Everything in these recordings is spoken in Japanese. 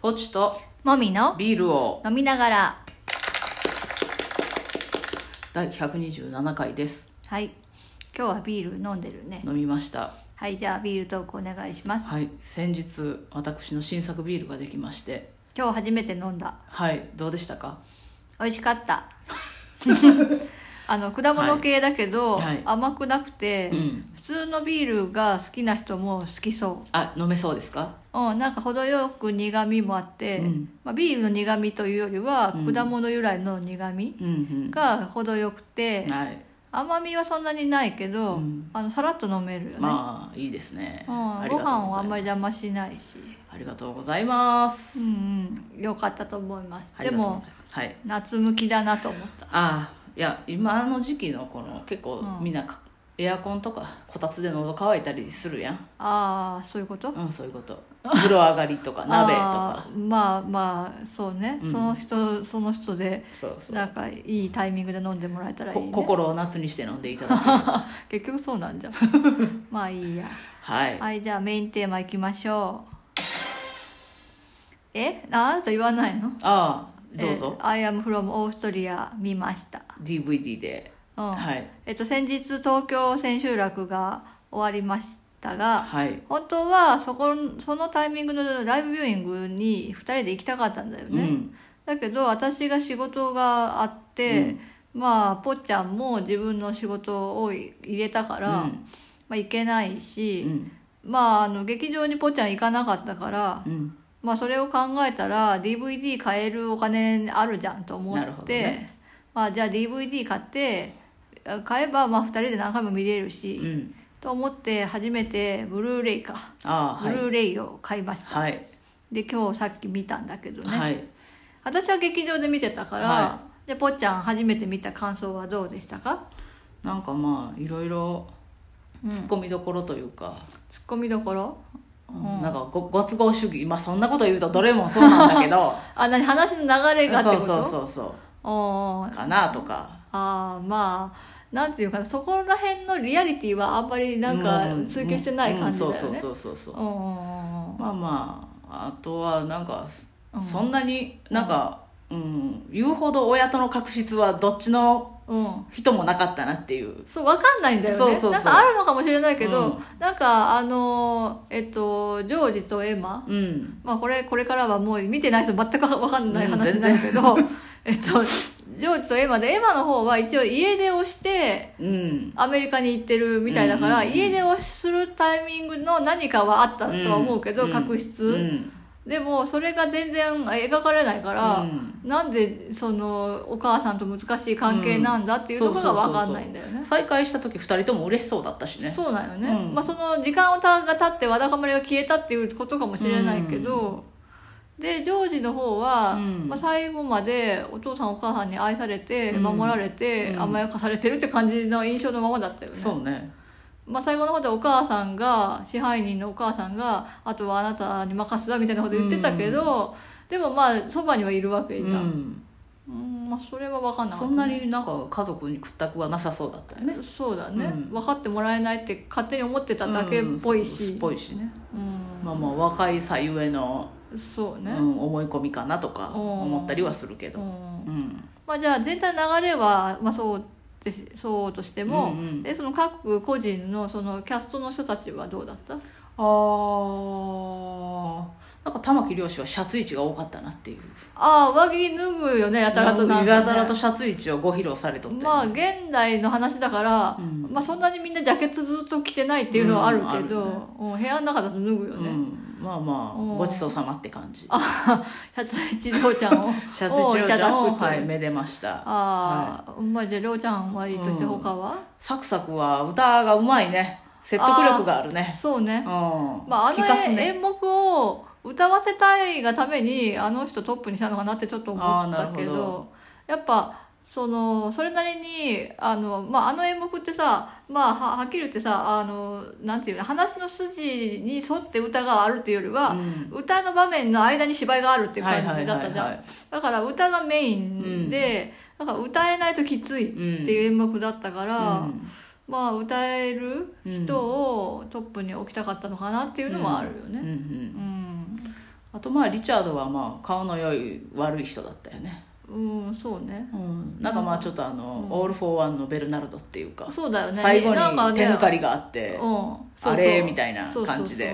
ポチともみのビールを飲みながら第127回ですはい今日はビール飲んでるね飲みましたはいじゃあビールトークお願いしますはい先日私の新作ビールができまして今日初めて飲んだはいどうでしたか美味しかった あの果物系だけど、はいはい甘くなくて、うん普通のビールが好きな人も好きそあ飲めそうですかううんなんか程よく苦みもあって、うんまあ、ビールの苦みというよりは、うん果物由来の苦みうんが程よくて、うんはい甘みはそんなにないけど、うんあのさらっと飲めるよね、まあいいですねうんありごがとうござい飯をあんまります邪魔しないし、ありがとうございますうんうん、良かったと思いますありでがとうございまもすはい夏向きだなと思ったああいや今の時期のこの結構うんみんなかエアコンとかこたつで喉乾いたりするやんああそういうことうんそういう こと風呂上がりとか鍋とかあーまあまあそうね、うんその人その人でそうそうなんかいいタイミングで飲んでもらえたらいい、こね、心を夏にして飲んでいただく 結局そうな んじゃんまあいいやはいはいじゃあメインテーマいきましょうえああなた言わないのああどうぞえー、I am from オーストリア見ました、 DVD でうんはいえっと、先日東京千秋楽が終わりましたがはい本当はそこそのタイミングのライブビューイングに2人で行きたかったんだようね、んだけど私が仕事があって、まあぽっちゃんも自分の仕事を入れたか、からうまんあ、行けないうし、んまああの劇場にぽっちゃん行かなかったから、うんまあ、それを考えたら DVD 買えるお金あるじゃんと思なるっほどて、ねまあ、じゃあ DVD 買ってあ買えばまあ2人で何回も見れるし、うんと思って初めてブルーレイか、ああはブいルーレイを買いましたはいで今日さっき見たんだけどね、はい私は劇場で見てたから、はでぽっちゃん初めて見た感想はどうでしたかなんかまあいろいろツッコミどころというか、ツッコミどころうんなんかごご都合主義まあそんなこと言うとどれもそうなんだけ どあ何話の流れがってそこうとそうそうそおうーかなとかあーまあなんていうかなそこら辺のリアリティはあんまりなんかうん追求してない感じだよね、うんそうそうそうそうそううんまあまああとはなんかうんそんなになんか、うん言うほど親との確執はどっちのうん人もなかったなっていうそう分かんないんだよねそうそうそうなんかあるのかもしれないけど、うんなんかあのえっとジョージとエマ、うんまあ、これこれからはもう見てない人全く分かんないうん話になるけど、 えっとジョージとエマでエマの方は一応家出をしてうんアメリカに行ってるみたいだから、うんうんうん家出をするタイミングの何かはあったとは思うけど、ん確執、うんでもそれが全然描かれないから、うんなんでそのお母さんと難しい関係なんだっていうところが分かんないんだよね。再会した時2人とも嬉しそうだったしねそうだよね、うんまあ、その時間をたが経ってわだかまりが消えたっていうことかもしれないけど、でジョージの方は、うんまあ、最後までお父さんお母さんに愛されてうん守られて、うん甘やかされてるって感じの印象のままだったよね、そうねまあ、最後の方でお母さんが支配人のお母さんがあとはあなたに任すわみたいなこと言ってたけど、でもまあそばにはいるわけじゃ、うんんうんまあ、それは分かんなかっそたんなになんか家族に屈託はなさそうだったよねそうだね、うん分かってもらえないって勝手に思ってただけっぽいし、うんっぽいしねうんまあまあ若いさゆえの、そうね、ううんん、思い込みかなとかうん思ったりはするけどうんまあ、じゃあ全体の流れは、まあ、そうですそうとしても、うんうんでその各個人のそのキャストの人たちはどうだったあーなんか玉木漁師はシャツ位置が多かったなっていうああ上着脱ぐよねやたらとなんか、ね、やたらとシャツ位置をご披露されとってまあ現代の話だから、うんまあ、そんなにみんなジャケットずっと着てないっていうのはあるけど、うんうん部屋の中だと脱ぐようね、ん、まあまあうんごちそうさまって感じシャツ一郎ちゃんを シャツ一郎ちゃんをいを、ただくはとい、いうめでましたああ、まあじゃありょうちゃんはいいとしてうん他は、サクサクは歌がうまいね説得力があるねそうねうん、ままあ、あ聞かすのね演目を歌わせたいがためにあの人トップにしたのかなってちょっと思あーっなたるほけどどやっぱそのそれなりにあの,、まあ、あの演目ってさ、まあ、ははっきり言ってさあのなんていうの話の筋に沿って歌があるっていうよりは、うん歌の場面の間に芝居があるっていうは感いはいじだっはたいじゃん、はいだから歌がメインで、だから歌えないときついっていう演目だったから。うんまあ歌える人をトップに置きたかったのかなっていうのもあるようんうね。んうん、ああとまあリチャードはまあ顔の良い悪い人だったよね、うんそうねうん、なんかまあちょっとあの、うんオール・フォー・ワンのベルナルドっていうかそうだよね最後なんかにね手抜かりがあって、うん、そうそうあれみたいな感じでそうそうそう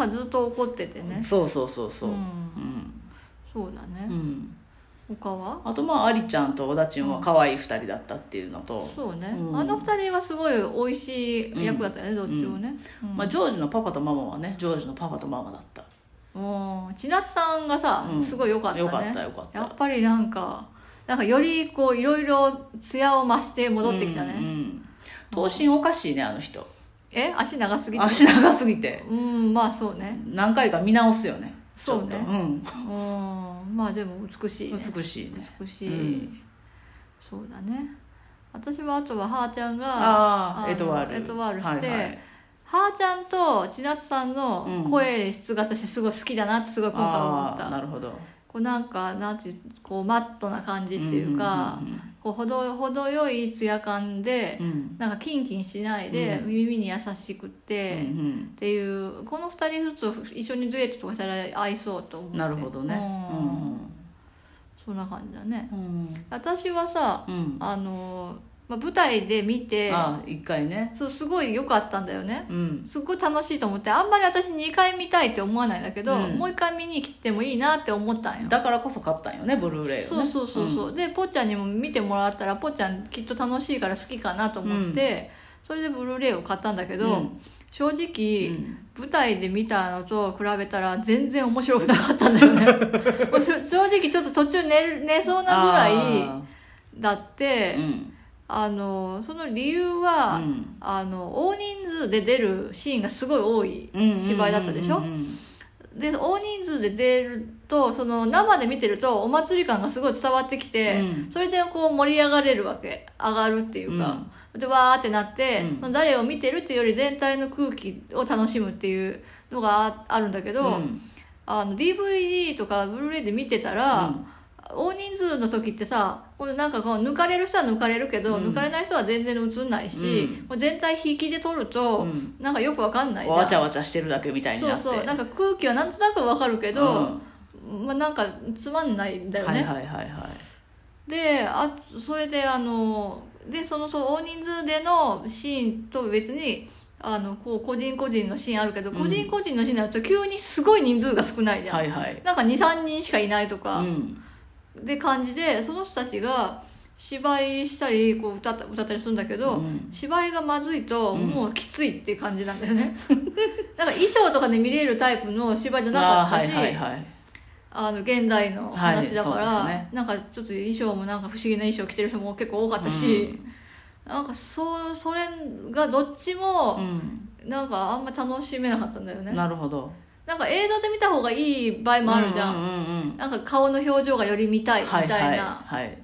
なんかずっと怒っててねそうそうそうそうううんん、そうだうんね、他はあとまあアリちゃんとオダチンは可愛い二人だったっていうのと、そうね、うんあの二人はすごい美味しい役だったね、どっちもね、うんまあ、ジョージのパパとママはねジョージのパパとママだったうん千夏さんがさ、うんすごい良かったねよかったよかったやっぱりなんかなんかよりこういろいろ艶を増して戻ってきたね、うんうん頭身おかしいねあの人え足長すぎて足長すぎてうんまあそうね何回か見直すよねそうねちょっとうんうんまあでも美しいね美しいね美しい、うんそうだね私はあとははーちゃんがあああのエトワールエトワールしてはいはいはーちゃんと千夏さんの声質が私すごい好きだなってすごい今回思っああたなるほどこうなんかなんていうこうマットな感じっていうか、んんこうほどほどよいツヤ感で、うんうんなんかキンキンしないで、う耳に優しくて、うんうんっていうこの二人ずつ一緒にデュエットとかしたら合いそうと思ってなるほどねうんそんな感じだねうんうん私はさうんあの、まあ、舞台で見てああ一回ねそうすごい良かったんだよねうんすっごい楽しいと思ってあんまり私2回見たいって思わないんだけど、うんもう1回見に来てもいいなって思ったんよだからこそ買ったんよねブルーレイをねそうそうそうそう、でぽっちゃんにも見てもらったらぽっちゃんきっと楽しいから好きかなと思って、それでブルーレイを買ったんだけけど、正直、舞台で見たのと比べたら全然面白くなかったんだよ ねもうしょ正直ちょっと途中寝る寝そうなぐらいだってあのその理由は、あの大人数で出るシーンがすごい多い芝居だったでしょ、で大人数で出るとその生で見てるとお祭り感がすごい伝わってきて、うんそれでこう盛り上がれるわけ上がるっていうか、でわーってなって、うんその誰を見てるっていうより全体の空気を楽しむっていうのがああるんだけど、あの DVD とかブルーレイで見てたら、大人数の時ってさこのなんかこう抜かれる人は抜かれるけど、うん抜かれない人は全然映んないし、うもう全体引きで撮ると、うんなんかよくわかんないなわちゃわちゃしてるだけみたいにそなうってそうなんか空気はなんとなくわかるけど、まあ、なんかつまんないんだよはね、いはいはいはであそれであのでそのそう大人数でのシーンと別にあのこう個人個人のシーンあるけど、うん個人個人のシーンになると急にすごい人数が少ないいじゃん、はいはいなんか23人しかいないとか、うんで感じでその人たちが芝居したりこう歌った歌ったりするんだけど、うん芝居がまずいとうんもうきついっていう感じなんだよね、なんか衣装とかで見れるタイプの芝居じゃなかったしあーはいはいはいあの現代の話だから、はいそうですねなんかちょっと衣装もなんか不思議な衣装着てる人も結構多かったし、なんかそうそれがどっちうもんなんかあんま楽しめなかったんだよね、なるほどなんか映像で見た方がいい場合もあるじゃん、うんうんうんうんなんか顔の表情がより見たいみたはいいな、はいはい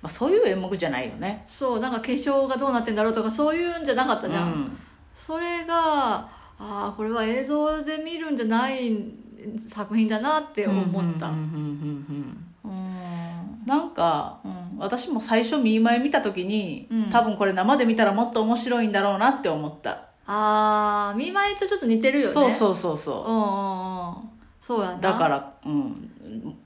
まあそういう演目じゃないよねそうなんか化粧がどうなってんだろうとかそういうんじゃなかったじゃん、うんそれがああこれは映像で見るんじゃない作品だなって思ったうんうんうんうんうんうんなんかうん私も最初「ミーマイ」見た時に、うん多分これ生で見たらもっと面白いんだろうなって思った、ああ見舞いとちょっと似てるよねそうそうそうそうんうんうんそうやうなだからうん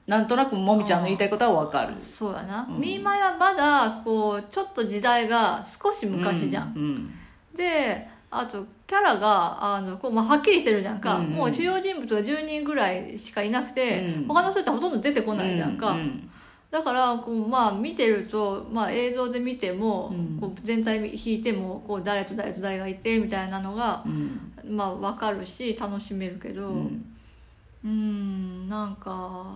なんとなくもみちゃんの言いたいことは分かるそうやな、うん見舞いはまだこうちょっと時代が少し昔じゃん、うん、うんであとキャラがあのこう、まあ、はっきりしてるじゃんか、うんうんもう主要人物が10人ぐらいしかいなくて、うん他の人ってほとんど出てこないじゃんか、ううんだからこう、まあ、見てると、まあ、映像で見ても、うんこう全体引いてもこう誰と誰と誰がいてみたいなのが、うんまあ、分かるし楽しめるけどううんんーんなんか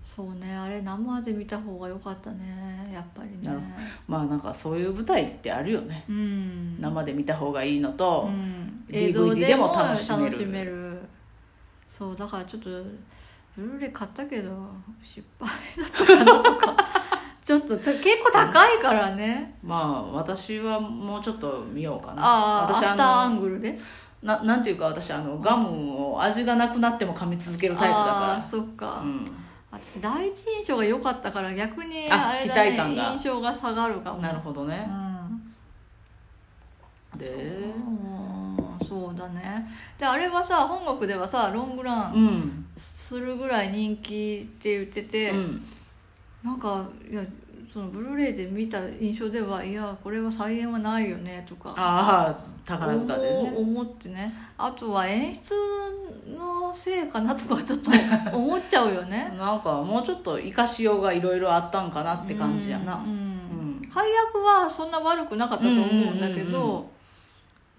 そうねあれ生で見た方が良かったねやっぱりなねる。まあなんかそういう舞台ってあるよねうん生で見た方がいいのと、うん、 DVD 映像でもでも楽楽ししめめるるそうだからちょっとブルーレイ買ったけど失敗だったか なとかちょっとた結構高いからねまあ私はもうちょっと見ようかなああ私アフターアングルでのななんていうか私あのガムを味がなくなっても噛み続けるタイプだああーか、そっからうん、私第一印象が良かったから逆にああれだ期待ね感が印象が下がるかもなるほどね、うんでうんそうだねであれはさ本国ではさロングランうんすするぐらい人気って言ってて、うんなんかいやそのブルーレイで見た印象ではいやこれは再演はないよねとかああ宝塚で思うね思ってねあとは演出のせいかなとか ちょっと思っちゃうよねなんかもうちょっと生かしようがいろいろあったんかなって感じやなうんうん配役はそんな悪くなかったと思うんだけど、うんうんうん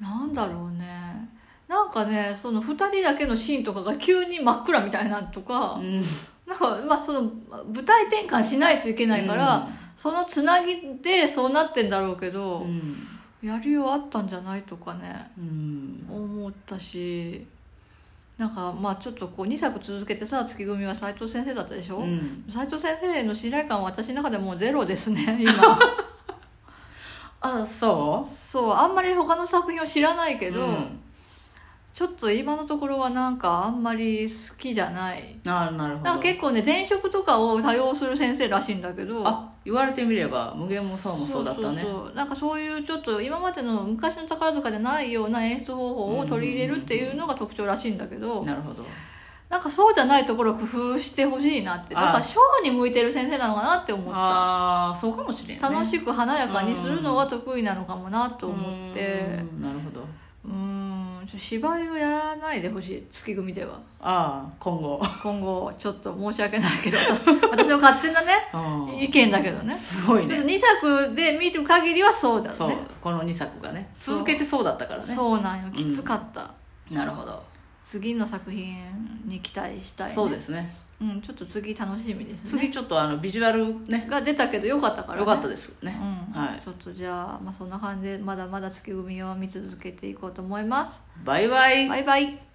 なんだろうねなんかねその2人だけのシーンとかが急に真っ暗みたいなのとか、うんなんかまあその舞台転換しないといけないから、そのつなぎでそうなってんだろうけうど、んやりようあったんじゃないとかねうん思ったしなんかまあちょっとこう2作続けてさ月組は斎藤先生だったでしょ、うん斉藤先生の信頼感は私の中でもうゼロですね今 あそそうあんまり他の作品を知らないうけど、うんちょっと今のところはなんかあんまり好きじゃないあなるほどなんか結構ね前職とかを多用する先生らしいんだけどあ言われてみれば無限もそうもそうだったねそうそうそうなんかそういうちょっと今までの昔の宝塚でないような演出方法を取り入れるっていうのが特徴らしいんだけどなるほどなんかそうじゃないところを工夫してほしいなってあなんかショーに向いてる先生なのかなって思ったああそうかもしれんね楽しく華やかにするのが得意なのかもなと思ってうんなるほどうんちょ芝居をやらないでほしい月組ではああ今後今後ちょっと申し訳ない けど私の勝手なねうん意見だけどねすごいちょっねと2作で見てる限りはそうだねそうこの2作がねそう続けてそうだったからねそうなんよきつかった、なるほど次の作品に期待したい、ね、そうですねうん、ちょっと次楽しみですね次ちょっとあのビジュアルねが出たけどよかったから、ね、良かったですねうんはいちょっとじゃあ、まあ、そんな感じでまだまだ月組を見続けていこうと思いますバイバイバイバイ